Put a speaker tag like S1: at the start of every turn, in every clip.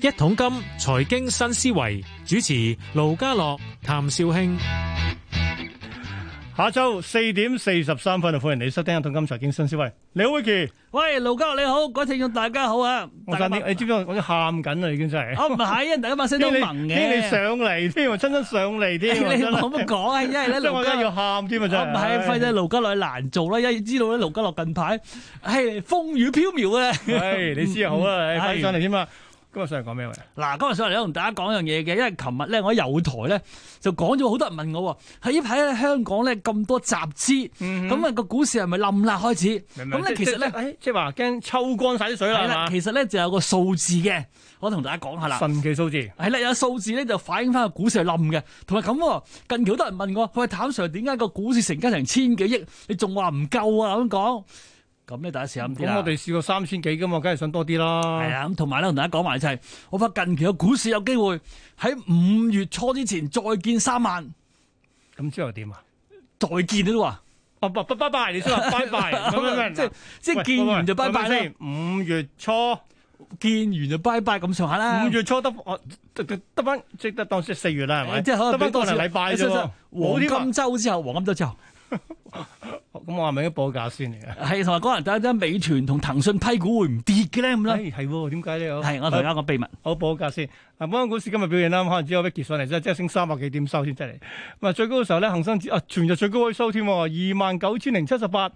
S1: 一桶金財經新思維主持盧家樂、譚紹興。
S2: 下晝四點四十三分，啊歡迎你收聽《一桶金財經新思維》。你好，Vicky，
S3: 喂，盧家樂你好，各位聽眾大家好啊！
S2: 我差
S3: 大家
S2: 啲，你知唔知我我都喊緊啦，已經真 係。
S3: 我唔係啊，大家把聲都
S2: 驚你
S3: 萌
S2: 驚 你
S3: 嘅。
S2: 上嚟 添，親身上嚟添，
S3: 你
S2: 真
S3: 冇咁
S2: 係。
S3: 講啊，因為咧
S2: 即係我
S3: 盧
S2: 而
S3: 家
S2: 家要
S3: 樂，
S2: 喊添啊！真
S3: 我
S2: 係。
S3: 哦唔係費仔盧家樂難做啦，因為知道咧盧家樂近排係風雨飄啊搖嘅。
S2: 唉，你知就好啦，唉
S3: 嗯
S2: 翻上嚟添啊！今日上嚟講咩喂？
S3: 嗱，今日上嚟咧同大家講樣嘢嘅，因為琴日咧我喺友台咧就講咗好多人問我喎，喺呢排咧香港咧咁多集資，
S2: 嗯
S3: 咁啊個股市係咪冧啦開始？
S2: 明唔明
S3: 咁咧
S2: 即
S3: 其實咧
S2: 即唉即係話驚抽乾晒啲水
S3: 係
S2: 啦，
S3: 啦，
S2: 係
S3: 其實咧就有個數字嘅，我同大家講下
S2: 嘛？
S3: 啦。
S2: 神奇數字，
S3: 係啦，有數字咧就反映翻個股市係冧嘅，同埋咁喎。近期好多人問我，佢話譚 Sir 點解個股市成交成千幾億，你仲話唔夠啊咁講？咁咧大家試諗啲
S2: 咁
S3: 啦
S2: 我。哋試過三千幾噶嘛，梗係想多啲
S3: 係
S2: 啦。
S3: 啊，咁同埋咧，同大家講埋就係、我發近期個股市有機會喺五月初之前再見三萬，
S2: 咁之後點啊？
S3: 再見都話，
S2: 哦，拜拜拜拜，你先話拜 拜，咁樣樣
S3: 即係即
S2: 喂
S3: 係見完就拜拜。
S2: 喂喂
S3: 啦，
S2: 喂五月初，
S3: 見完就拜拜咁上下啦。
S2: 五月初得我得得得翻，即係得當時四月啦，係咪？
S3: 即係可
S2: 得
S3: 能俾
S2: 翻個
S3: 多
S2: 零
S3: 少
S2: 禮拜啫
S3: 少
S2: 喎
S3: 少。
S2: 冇
S3: 黃
S2: 添啊
S3: 金周之後，黃金周之後。
S2: 咁我係咪應該報價先嚟啊？
S3: 係同埋嗰人大家美團同騰訊批股會唔跌嘅咧咁啦，
S2: 誒哎係喎，點解咧？
S3: 係我同大家講秘密。
S2: 好報個價先。嗱，本港股市今日表現啦，可能只有 Vicky 上嚟啫，即係升三百幾點收先出嚟。咁啊，最高嘅時候咧，恒生指啊全日最高可以收添喎，二萬九千零七十八，咁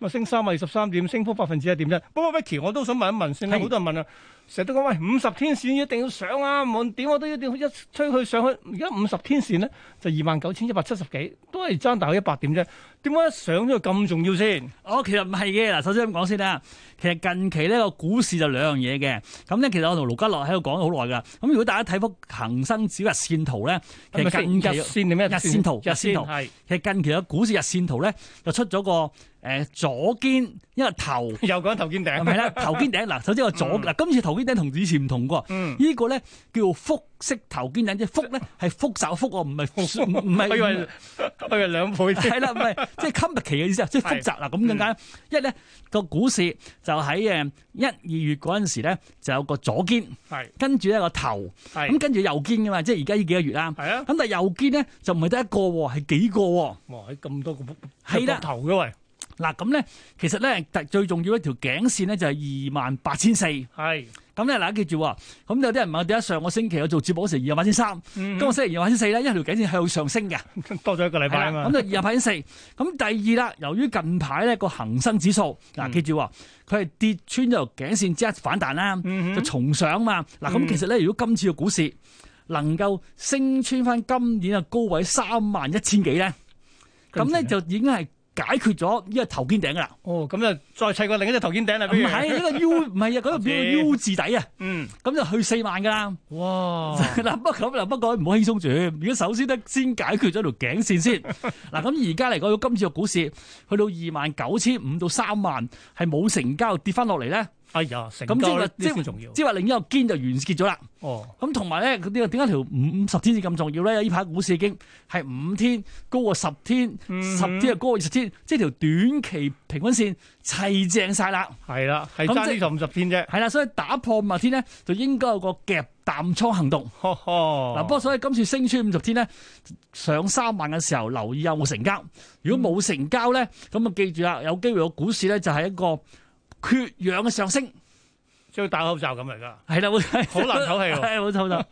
S2: 啊升三百二十三點，升幅百分之一點一。不過 Vicky 我都想問一問先啦，
S3: 係
S2: 好多人問啊，成日都講喂五十天線一定要上啊，無論點我都一定要一吹佢上去。而家五十天線咧就二萬九千一百七十幾，都係爭大概一百點啫。點解上咗咁重要先？
S3: 我哦其實唔係嘅，嗱，首先咁講先啦。其實近期呢個股市就兩樣嘢嘅，咁咧其實我同盧家樂喺度講咗好耐㗎。咁如果大家睇幅恒生指日線圖咧，其
S2: 係咪
S3: 實
S2: 先
S3: 近
S2: 日
S3: 期
S2: 線定咩？
S3: 日線圖
S2: 日線
S3: 日線圖
S2: 係
S3: 其實近期嘅股市日線圖咧，就出咗個誒、呃左肩一個 頭，
S2: 又講頭肩
S3: 係
S2: 頂，
S3: 咪啦？頭肩頂嗱，首先個左嗱，今次頭肩頂同以前唔同喎。
S2: 嗯。
S3: 呢個咧叫複式頭肩頂，即係複咧係複雜複喎，唔係唔唔
S2: 我以為
S3: 係
S2: 我以為兩倍添。
S3: 係啦，唔係即係 complicated 嘅意思啊，即係複雜啦。咁點解？一咧個股市就喺誒一二月嗰陣時咧，就有個左肩，
S2: 係
S3: 跟住咧個頭，
S2: 係
S3: 咁跟住右肩噶嘛，即係而家呢幾個月啦。咁
S2: 係啊！
S3: 但係右肩咧就唔係得一個喎，係幾個喎。
S2: 哇，喺咁多個膊
S3: 係啦
S2: 膊頭嘅喂，
S3: 嗱咁咧，其實咧特最重要一條頸線咧就係二萬八千四。咁
S2: 係
S3: 咧嗱，記住喎，咁有啲人問我點解上個星期我做節目嗰時二萬八千三，今個星期二萬八千四咧，因為條頸線向上升嘅。
S2: 多咗一個禮拜啊
S3: 係啦
S2: 嘛
S3: 咁。就二廿八點四。咁第二啦，由於近排咧個恒生指數，嗱、
S2: 嗯
S3: 記住喎，佢係跌穿咗條頸線即刻反彈啦，
S2: 嗯
S3: 就
S2: 哼
S3: 重上嘛。嗱、
S2: 嗯
S3: 咁其實咧，如果今次嘅股市能夠升穿翻今年嘅高位三萬一千幾咧，咁咧
S2: 跟住
S3: 就已經係解決咗呢個頭肩頂噶啦。
S2: 哦，咁就再砌過另一隻頭肩頂啦，
S3: 唔
S2: 不如。
S3: 係呢個 U，唔係啊，嗰個叫 U 字底啊，
S2: 嗯，
S3: 咁就去四萬噶啦。
S2: 哇，
S3: 嗱，不過咁嗱，不過唔好輕鬆住。如果首先咧，先解決咗條頸線先。嗱，咁而家嚟講，今次嘅股市去到二萬九千五到三萬，係冇成交跌翻落嚟咧，
S2: 哎呀，成
S3: 咁即係
S2: 交
S3: 話
S2: 呢
S3: 即
S2: 啲
S3: 係
S2: 先重要。
S3: 即係話另一個肩就完結咗啦。
S2: 哦，
S3: 咁同埋咧，佢呢個點解條五五十天線咁重要咧？呢排股市已經係五天高過十天，
S2: 嗯
S3: 十天又高過二十天，即係條短期平均線砌正晒啦。
S2: 係啦，係
S3: 咁
S2: 爭呢
S3: 即係
S2: 頭五十天啫。
S3: 係啦，所以打破五十天咧，就應該有個夾淡倉行動。
S2: 呵呵，
S3: 嗱，不過所以今次升穿五十天咧，上三萬嘅時候留意有冇成交。如果冇成交咧，咁啊記住啦，有機會個股市咧就係一個缺氧嘅上升，
S2: 即係戴口罩咁嚟㗎。
S3: 係啦，會好
S2: 好難唞氣喎
S3: 係冇 錯啦。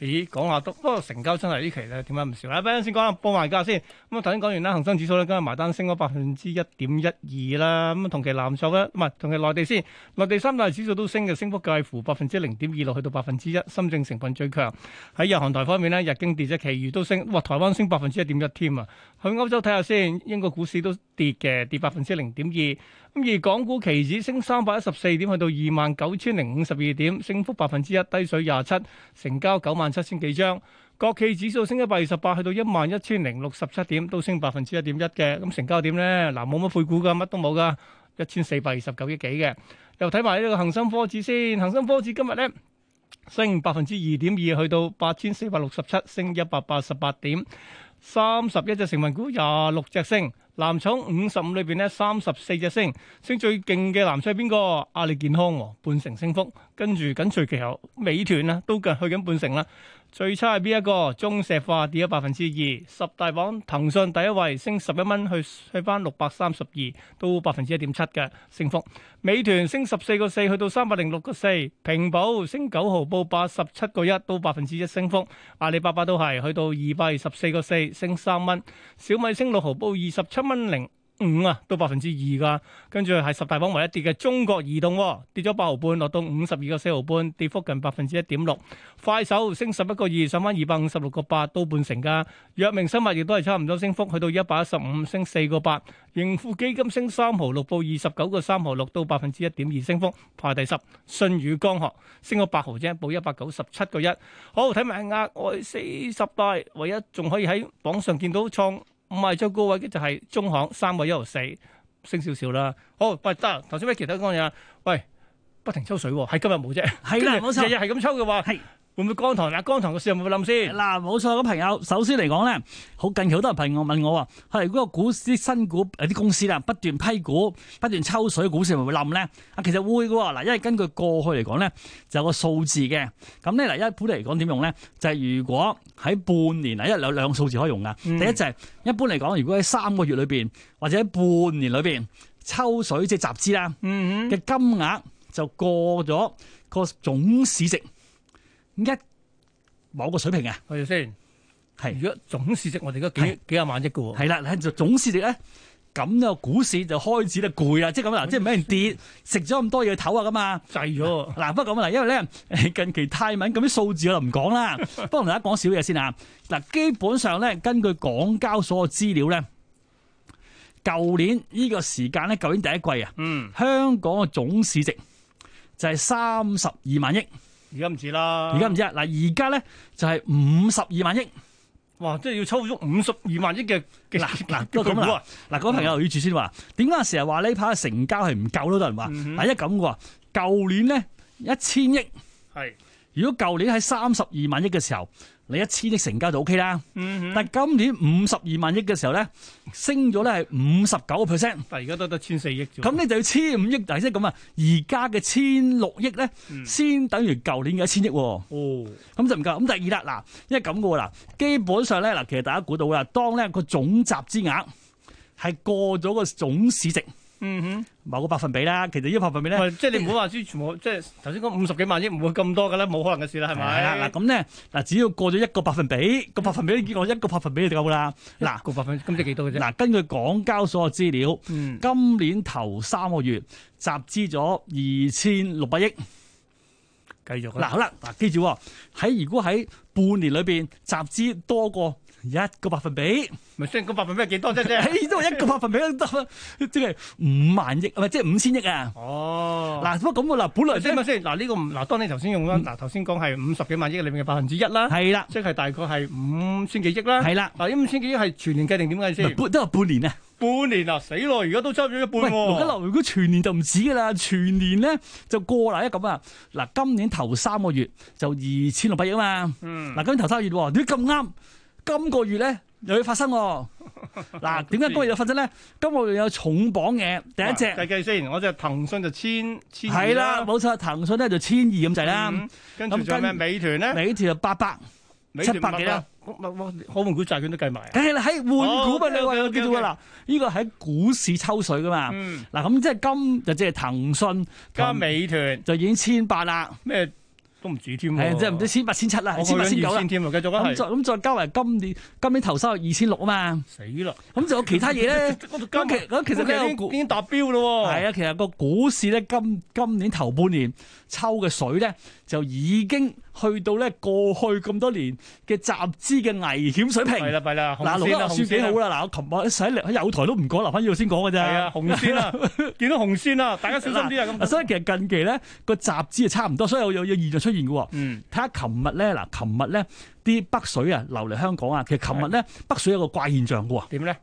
S2: 咦，講下都，不過成交真係呢期咧點解唔少咧？等陣先講下報埋價先。咁啊，頭先講完啦，恒生指數咧今日埋單升咗百分之一點一二啦。咁啊同期藍籌咧，唔係同期內地先，內地三大指數都升嘅，升幅介乎百分之零點二六去到百分之一，深證成分最強。喺日韓台方面咧，日經跌啫，其餘都升，哇！台灣升百分之一點一添啊！去歐洲睇下先，英國股市都跌嘅，跌百分之零點二。咁而港股期指升三百一十四點，去到二萬九千零五十二點，升幅百分之一，低水廿七，成交九萬七千幾張。國企指數升一百二十八，去到一萬一千零六十七點，都升百分之一點一嘅。咁成交點咧，嗱冇乜配股㗎，乜都冇㗎，一千四百二十九億幾嘅。又睇埋呢個恒生科指先，恒生科指今日咧。升百分之二點二，去到八千四百六十七，升一百八十八點，三十一隻成分股，廿六隻升。藍籌五十五裏邊呢，三十四隻升，升最勁嘅藍籌係邊個？阿里健康喎，半成升幅，跟住緊隨其後，美團啦都近去緊半成啦。最差係邊一個？中石化跌咗百分之二，十大榜騰訊第一位升十一蚊，去去翻六百三十二，到百分之一點七嘅升幅。美團升十四個四，去到三百零六個四，平保升九毫，報八十七個一，到百分之一升幅。阿里巴巴都係去到二百二十四個四，升三蚊。小米升六毫，報二十七蚊零五啊，到百分之二噶。跟住係十大榜唯一跌嘅中國移動喎，跌咗八毫半，落到五十二個四毫半，跌幅近百分之一點六。快手升十一個二，上翻二百五十六個八，都半成噶。藥明生物亦都係差唔多升幅，去到一百一十五，升四個八。盈富基金升三毫六，報二十九個三毫六，到百分之一點二升幅，排第十。舜宇光學升咗八毫啫，報一百九十七個一。好，睇埋額外四十大，唯一仲可以喺榜上見到創賣咗高位嘅就係中行三個一毫四，升少少啦。好，喂得啦，頭先咩其他講嘢啊？喂，不停抽水喎，係今日冇啫。
S3: 係啦，冇錯
S2: 日。日係咁抽嘅話，
S3: 係
S2: 會唔會乾塘啊？乾塘個市會唔會冧先？
S3: 嗱，冇錯，咁朋友，首先嚟講咧，好近期好多人朋友問我話，係嗰個股市啲新股有啲公司啦，不斷批股，不斷抽水，股市會唔會冧咧？啊，其實會嘅喎，嗱，因為根據過去嚟講咧，就有個數字嘅，咁咧嗱，一般嚟講點用咧，就係、如果喺半年嗱，因為有兩個數字可以用噶，
S2: 嗯
S3: 第一就係、一般嚟講，如果喺三個月裏邊或者喺半年裏邊抽水即係集資啦。
S2: 嗯
S3: 嘅金額就過咗個總市值一某個水平嘅，
S2: 哼，去先。
S3: 係
S2: 如果總市值我哋而家幾
S3: 係
S2: 幾廿萬億嘅喎，
S3: 係啦，就總市值咧，咁就股市就開始咧攰啦，即係咁啦，啊即係唔俾人跌，食咗咁多嘢唞啊咁嘛。
S2: 滯咗喎。
S3: 嗱，不過咁啦，因為咧 近期泰文咁啲數字我就唔講啦，不過同大家講少嘢先啊。嗱，基本上咧，根據港交所嘅資料咧，舊年呢個時間咧，舊年第一季啊，
S2: 嗯，
S3: 香港嘅總市值就係三十二萬億。
S2: 而家唔止啦。
S3: 而家唔知啊，嗱而家咧就係五十二萬億。
S2: 哇，即係要抽足五十二萬億嘅嘅
S3: 嗱嗱
S2: 嘅
S3: 都咁啦
S2: 股啊
S3: 嗱，嗰位朋友留意住先話，點解成日話呢排成交係唔夠咯？好多人話，
S2: 嗯哼
S3: 嗱一咁嘅喎，舊年咧一千億，
S2: 係，
S3: 如果舊年喺三十二萬億嘅時候，你一千億成交就 O K 啦。
S2: 嗯哼，
S3: 但係今年五十二萬億嘅時候咧，升咗咧係五十九個 percent。
S2: 但係而家都得千四億啫喎。
S3: 咁你就要千五億，嗱即係咁啊！而家嘅千六億咧，
S2: 嗯
S3: 先等於舊年嘅一千億喎。
S2: 哦，
S3: 咁就唔夠。咁第二啦，嗱，因為咁嘅喎，嗱，基本上咧，嗱，其實大家估到啦，當咧個總集資額係過咗個總市值
S2: 嗯
S3: 某個百分比啦，其實呢個百分比
S2: 哼，
S3: 咧。
S2: 喂，即係你唔好話啲全部，即係頭先講五十幾萬億唔會咁多㗎啦，冇可能嘅事啦，係咪
S3: 啦，嗱？咁咧，嗱，只要過咗一個百分比，個百分比結果一個百分比就夠啦。嗱
S2: 嗱，個百分咁即係幾多嘅啫？
S3: 嗱，根據港交所嘅資料，
S2: 嗯，
S3: 今年頭三個月集資咗二千六百億。
S2: 繼續
S3: 嗱
S2: 啦。
S3: 好啦，嗱記住喎喺如果喺半年裏邊集資多過一個百分比，
S2: 咪先個百分比係幾多啫？啫。
S3: 喺都一個百分比都 得，即係五萬億，唔係即係五千億啊！
S2: 哦，
S3: 嗱，嗯不過咁喎，嗱，本
S2: 即
S3: 來
S2: 係
S3: 咧
S2: 咪先？嗱，呢個唔嗱，當你頭先用啦，嗱頭先講係五十幾萬億裏面嘅百分之一啦，
S3: 係啦，
S2: 即係大概係五千幾億啦。啊
S3: 係啦，
S2: 嗱，呢五千幾億係全年計定點計
S3: 唔係
S2: 先？
S3: 半都係半年啊！
S2: 半年啊，死咯！而家都差咗一半
S3: 喂，盧家
S2: 喎。
S3: 樂，如果全年就唔止噶啦，全年咧就過啦，一咁啊！嗱，今年頭三個月就二千六百億啊嘛，
S2: 嗯
S3: 嗱，今年頭三個月喎，點解咁啱？今個月咧又要發生喎， 嗱，點解今個月有發生咧？今個月有重磅嘅第一
S2: 計
S3: 隻
S2: 計先，我就騰訊就千千二
S3: 係啦，冇錯，騰訊咧就千二咁滯啦，
S2: 嗯跟住
S3: 咁
S2: 仲有
S3: 跟
S2: 咩美團咧？
S3: 美團就八百。
S2: 美團
S3: 700幾啦
S2: 乜乜，乜乜可換股債券都計埋啊。
S3: 梗係啦，喺換股嘛，
S2: 哦
S3: 你話有
S2: OK，OK，OK
S3: 叫做啦，呢個喺股市抽水噶嘛。
S2: 嗯，
S3: 嗱咁即係今就即係騰訊
S2: 加美團
S3: 就已經千八啦，
S2: 咩都唔止添喎。
S3: 係啊即係唔知千八千七啦，
S2: 啊我
S3: 啊千八千九
S2: 二
S3: 啦
S2: 千。添喎，繼續啊，
S3: 咁
S2: 係
S3: 再咁再加埋今年今年頭三係二千六啊嘛，
S2: 死啦！
S3: 咁就有其他嘢咧。
S2: 嗰度加
S3: 咁
S2: 埋
S3: 其咁其實
S2: 已
S3: 咧
S2: 經
S3: 個股
S2: 已經達標咯喎。
S3: 係啊，其實個股市咧今今年頭半年抽嘅水咧就已經去到咧過去咁多年嘅集資嘅危險水平。
S2: 弊啦弊啦，紅
S3: 啊嗱，
S2: 線啊
S3: 盧家
S2: 啦，
S3: 樂輸
S2: 紅
S3: 幾
S2: 線
S3: 好啊
S2: 啦。
S3: 啦！嗱，我琴日喺喺哎有台都唔講，留翻呢度先講嘅啫。
S2: 係啊，紅線啦，見到紅線啦，大家小心啲啊！
S3: 啊，
S2: 咁，
S3: 所以其實近期咧個集資係差唔多，所以有有有現象出現嘅喎。
S2: 嗯，
S3: 睇下琴日咧，嗱，琴日咧啲北水啊流嚟香港啊，其實琴日咧北水有個怪現象嘅喎。
S2: 點咧？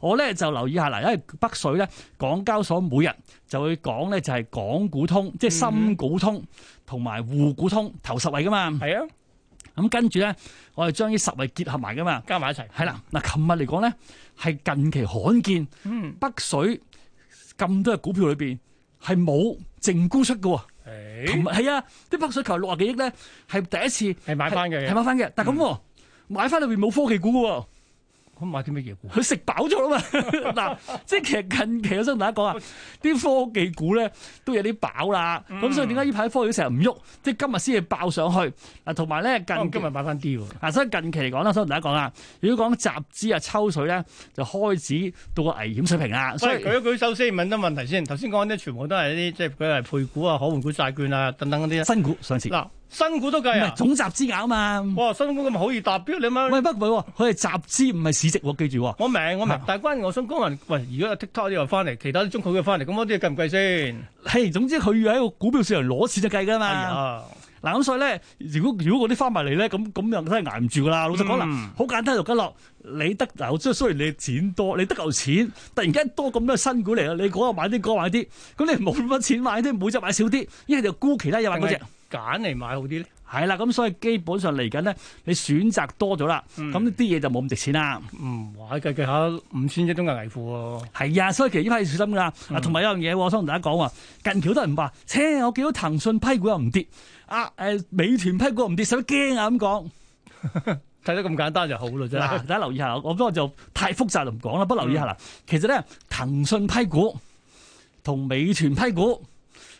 S3: 我咧就留意下嗱，因為北水咧港交所每日就會講咧就係港股通，即係深股通同埋滬股通頭十位噶嘛。
S2: 係啊，
S3: 咁跟住咧，我哋將呢十位結合埋噶嘛。
S2: 加埋一齊。
S3: 係啦，嗱，琴日嚟講咧，係近期罕見
S2: 嗯，
S3: 北水咁多嘅股票裏邊係冇淨沽出嘅喎。琴
S2: 誒
S3: 日係啊，啲北水球六啊幾億咧，係第一次
S2: 係買翻嘅嗯
S3: 係，買翻嘅。但係咁喎，買翻裏邊冇科技股嘅喎。
S2: 咁買啲乜嘢股？
S3: 佢食飽 咗啦嘛，嗱，即係其實近期我想同大家講啊，啲科技股咧都有啲飽啦，
S2: 嗯
S3: 咁、所以點解呢排科技股成日唔喐，即係今日先至爆上去，嗱，同埋咧
S2: 我
S3: 近期
S2: 哦今日買翻啲喎。
S3: 嗱，所以近期嚟講啦，想同大家講啦，啊如果講集資啊抽水咧，就開始到個危險水平啦，所
S2: 喂，
S3: 以
S2: 舉一舉手先，問得問題先。頭先講啲全部都係啲即係佢係配股啊、可換股債券啊等等嗰啲。
S3: 新股上市，唔
S2: 嗱，新股都計
S3: 係
S2: 啊！
S3: 總集資額啊嘛，
S2: 哇，新股咁咪好易達標你媽！
S3: 喂不過喎佢係集資唔係市值喎，記住喎，
S2: 我明我明
S3: 啊，
S2: 但係關鍵我想講話，喂，而家 TikTok 啲又翻嚟，其他啲中概股翻嚟，咁嗰啲計唔計先？
S3: 嘿，總之佢要喺個股票市場攞錢就計㗎
S2: 哎
S3: 嘛。
S2: 呀，
S3: 嗱咁所以咧，如果如果嗰啲翻埋嚟咧，咁咁又真係捱唔住噶啦。老實講啦，
S2: 嗯
S3: 好、簡單就吉落，你得嗱，即係雖然你錢多，你得嚿錢，突然間多咁多新股嚟啦，你嗰個買啲，嗰個買啲，咁你冇乜錢買啲，每隻買少啲，一係就沽其他嘢買嗰
S2: 定係
S3: 只。
S2: 揀嚟買好啲咧。
S3: 係啦，咁所以基本上嚟緊咧，你選擇多咗啦，咁啲嘢就冇咁值錢啦。
S2: 嗯，哇，計計下五千億都危乎喎。
S3: 係啊，所以其實呢批要小心㗎。
S2: 嗯
S3: 啊，同埋一樣嘢喎，我想同大家講話，近期好多人話，切，我見到騰訊批股又唔跌，啊誒、美團批股又唔跌，使乜驚啊咁講？
S2: 睇得咁簡單就好 啦，真
S3: 嗱，
S2: 係。
S3: 大家留意下，我不過就太複雜就唔講啦，不留意下啦。
S2: 嗯
S3: 其實咧，騰訊批股同美團批股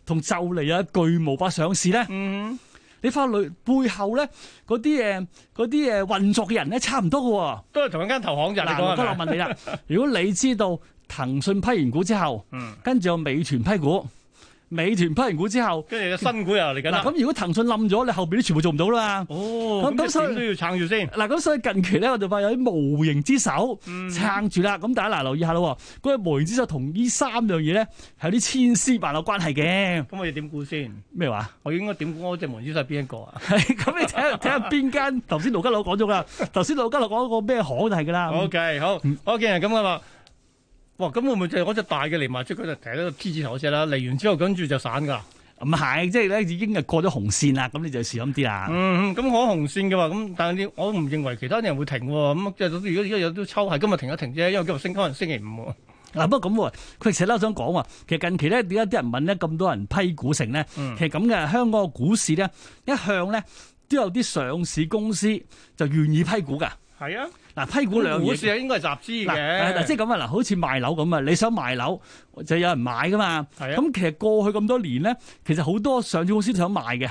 S3: 同就嚟啊巨無霸上市咧，
S2: 嗯，
S3: 你發覺裏背後咧嗰啲誒嗰啲誒呃運作嘅人咧差唔多嘅
S2: 都係同一間投行就
S3: 喎。
S2: 係
S3: 嗱，
S2: 你
S3: 我
S2: 講
S3: 啊今日
S2: 係咪
S3: 問 你啦，如果你知道騰訊批完股之後，
S2: 嗯，
S3: 跟住有美團批股，美團批完股之後，
S2: 跟住有新股又嚟緊
S3: 嗱
S2: 啦。
S3: 咁如果騰訊冧咗，你後邊都全部做唔到啦嘛。
S2: 哦，咁
S3: 咁所以
S2: 咁都要撐住先。
S3: 嗱，咁所以近期咧，我就發有啲無形之手
S2: 嗯
S3: 撐住啦。咁大家嗱留意下咯，嗰個無形之手同呢三樣嘢咧係有啲千絲萬縷關係嘅。
S2: 咁我要點估先？
S3: 咩話？
S2: 我應該點估我隻門主係邊一個啊？
S3: 咁你睇 下睇下邊間？頭先盧家樂講咗啦，頭先盧家樂講個咩行就係噶啦。
S2: O、k 好，
S3: 嗯
S2: 我見人咁噶啦。哇，咁會唔會就係嗰只大嘅嚟埋，即係佢就睇到 T 字頭嗰只啦，嚟完之後跟住就散㗎啦。
S3: 唔係，即係咧已經係過咗紅線啦，咁你就小心啲啦。
S2: 嗯，咁可紅線嘅話，咁但係啲我唔認為其他啲人會停喎。咁即係如果而家有都抽，係今日停一停啫，因為今日升，可能星期五喎。
S3: 嗱，不過咁喎，佢成日都想講話，其實近期咧點解啲人問咧咁多人批股成咧？
S2: 嗯
S3: 其實咁嘅，香港嘅股市咧一向咧都有啲上市公司就願意批股㗎。
S2: 係啊，
S3: 嗱，批股兩
S2: 股
S3: 嘢
S2: 市係應該係集資
S3: 嗱，誒
S2: 嘅，
S3: 嗱，即係咁啊！嗱，好似賣樓咁啊，你想賣樓就有人買噶嘛。
S2: 係啊。
S3: 咁其實過去咁多年咧，其實好多上市公司都想賣嘅，因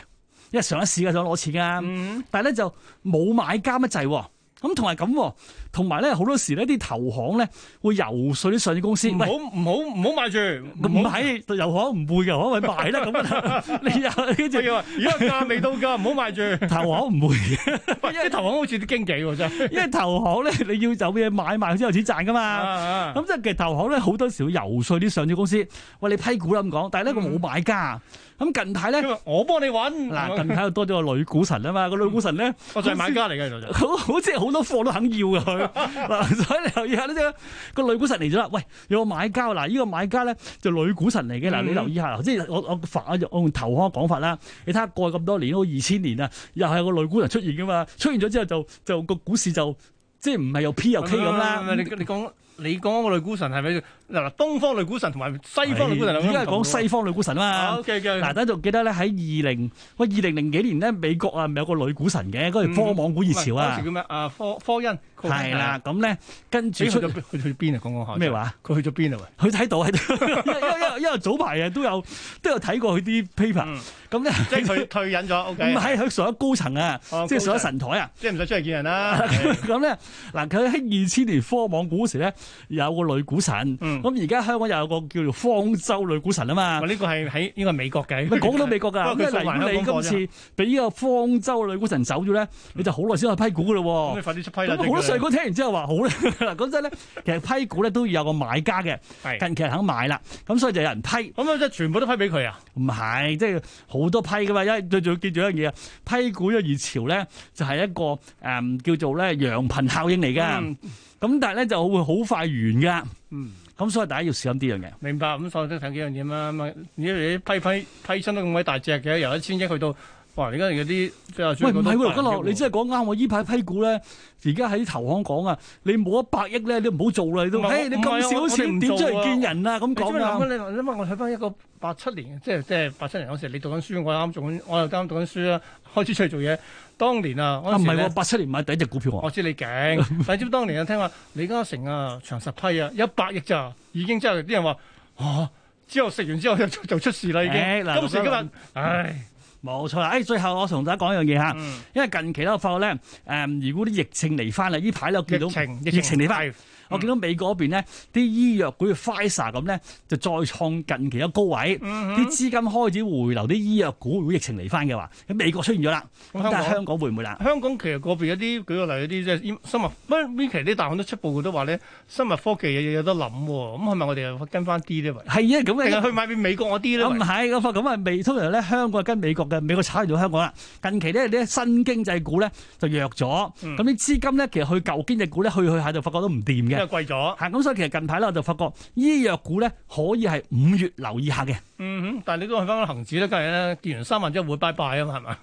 S3: 為上一市嘅想攞錢噶。
S2: 嗯，
S3: 但係咧就冇買家乜滯喎。咁同埋咁喎，同埋咧好多時呢啲投行咧會游說啲上市公司，
S2: 唔
S3: 喂
S2: 好。唔好唔好買住，
S3: 唔
S2: 唔好。
S3: 係遊行唔會嘅，可唔可以賣啦咁啊？ 你又跟住
S2: 我要話啊而家價未到㗎，唔好 買住。
S3: 投行唔會嘅，
S2: 喂啲投行好似啲經紀喎，真係。
S3: 因為投行咧你要有嘢買賣先有錢賺噶
S2: 啊
S3: 嘛。
S2: 啊
S3: 咁即係其實投行咧好多時會游說啲上市公司，喂你批股啦咁講，但係咧佢冇買家。咁近排咧
S2: 因，為我幫你揾，
S3: 嗱近排又多咗個女股神啊嘛，個女股神咧
S2: 我就係買家嚟嘅，其實就。
S3: 好好似好多貨都肯要嘅佢。嗱，所以你留意下呢啫，個女股神嚟咗啦。喂，有個買家嗱，呢個買家咧就女股神嚟嘅嗱，
S2: 嗯
S3: 你留意下，即係我我反我用投行嘅講法啦。你睇下過去咁多年，好似二千年啊，又係個女股神出現噶嘛，出現咗之後就就個股市就即係唔係又 P 又 K 咁
S2: 唔。係
S3: 啦
S2: 唔係啊你你講你講嗰個女股神係咪嗱嗱東方女股神同埋西方女股神
S3: 而家係講西方女股神啊嘛。
S2: O K
S3: 嗱，大
S2: 嘅。
S3: 家仲記得咧喺二零喂二零零幾年咧，美國啊咪有個女股神嘅，嗰
S2: 嗯
S3: 陣科網股熱潮
S2: 嗰
S3: 啊
S2: 時，叫咩？啊科科恩
S3: 係啦，，咁咧跟住
S2: 佢去
S3: 出
S2: 咗邊佢去咗邊啊？講講下
S3: 咩？話？
S2: 佢去咗邊啊？
S3: 佢睇到喺 度，因為因為因為早排啊都有都有睇過佢啲
S2: 嗯
S3: paper，咁咧
S2: 喂，即係佢退隱咗，O
S3: 唔
S2: K，
S3: 係佢上咗高層啊，
S2: 哦
S3: 即係上咗
S2: 高層
S3: 神台啊。
S2: 即係唔使出嚟見人 啦。
S3: 咁咧，嗱佢喺二千年科網股嗰時咧，有個女股神。
S2: 嗯
S3: 咁而家香港又有個叫做方舟女股神啊嘛
S2: 喂。呢個係喺呢個係美國嘅，
S3: 咪講到美國㗎，
S2: 不過
S3: 咁
S2: 佢送埋
S3: 例如
S2: 香港
S3: 果你
S2: 貨啫
S3: 今次俾呢個方舟女股神走咗咧，你就好耐先去批股 㗎
S2: 咁
S3: 咯
S2: 你
S3: 喎。
S2: 快啲出批啦！
S3: 咁好多上股聽完之後話好咧， 嗱咁即係咧，其實批股咧都要有個買家嘅，
S2: 係
S3: 近期係肯買啦，咁所以就有人批。
S2: 咁啊，即係全部都批俾佢啊！
S3: 唔係，即係好多批噶嘛，因為最仲要記住一樣嘢啊，批股嘅熱潮咧就係、一個誒、嗯叫做咧羊群效應嚟噶，咁、
S2: 嗯
S3: 但係咧就會好快完噶，咁所以大家要小心啲樣嘢。
S2: 明白，咁所以都睇幾樣嘢啦。咁啊，如果你批批批親都咁鬼大隻嘅，由一千億去到哇！而家嗰啲即係
S3: 喂，唔係喎，劉家樂，你真係講啱喎！依排批股咧，而家喺投行講啊，你冇一百億咧，你唔好做啦，你都，
S2: 唔係
S3: 誒，你
S2: 我唔係
S3: 咁
S2: 啊我
S3: 少錢
S2: 我哋
S3: 點
S2: 唔
S3: 出
S2: 做啊
S3: 嚟見人啊？咁
S2: 你知唔知
S3: 講啊
S2: 諗，你諗下，我睇翻一個八七年，即係即係八七年嗰時，你讀緊書，我啱做緊，我又啱讀緊書啦， 開始出嚟做嘢。當年啊，
S3: 啊
S2: 嗰
S3: 唔
S2: 陣時
S3: 係
S2: 咧
S3: 喎， 八七年買第一隻股票喎，
S2: 我知你勁，但係知唔知當年啊聽話李嘉誠啊長實批啊一百億咋，已經真係啲人話嚇，之後食完之後就就出事啦已經。
S3: 誒嗱
S2: 今時今日，唉，
S3: 冇錯啦。誒，哎最後我同大家講一樣嘢嚇，
S2: 嗯
S3: 因為近期咧，我發覺咧，誒，如果啲疫情嚟翻啦，依排咧我
S2: 疫
S3: 見到
S2: 情嗯
S3: 疫情嚟翻。
S2: 係
S3: 我見到美國嗰邊咧，啲醫藥股嘅 Pfizer 咁咧，就再創近期嘅高位，
S2: 嗯
S3: 啲資金開始回流啲醫藥股。如果疫情嚟翻嘅話，咁美國出現咗啦，咁
S2: 咁
S3: 但係
S2: 香
S3: 香港會唔會啦？
S2: 香港其實個別有啲舉個例，有啲即係生物，不過呢期啲大行都出報告都話咧，生物科技嘢有得諗喎，咁係咪我哋又跟翻啲咧？喂
S3: 係啊， 咁
S2: 定係
S3: 嘅。
S2: 去買俾美國嗰啲咧？
S3: 咁唔
S2: 喂
S3: 係，咁啊咁啊，未通常咧香港係跟美國嘅，美國炒完到香港啦。近期咧啲新經濟股咧就弱咗，咁
S2: 嗯
S3: 啲資金咧其實去舊經濟股咧去去下就發覺都唔掂
S2: 因為
S3: 嘅。
S2: 貴咗，
S3: 係咁，所以其實近排咧我就發覺醫藥股咧可以係五月留意下嘅，
S2: 嗯哼，但係你都去翻個恒指咧，梗係咧，見完三萬之後會拜拜啊嘛，係 嘛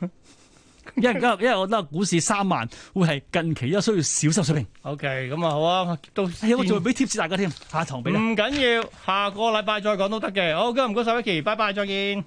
S3: 因為因為我覺得股市三萬會係近期一需要小心水平。
S2: ？OK，咁啊好啊，到
S3: 係啊，我仲會俾貼士大家添，下堂俾你。啊
S2: 唔緊要，下個禮拜再講都得嘅。好，今日唔該晒 Vicky，拜拜，再見。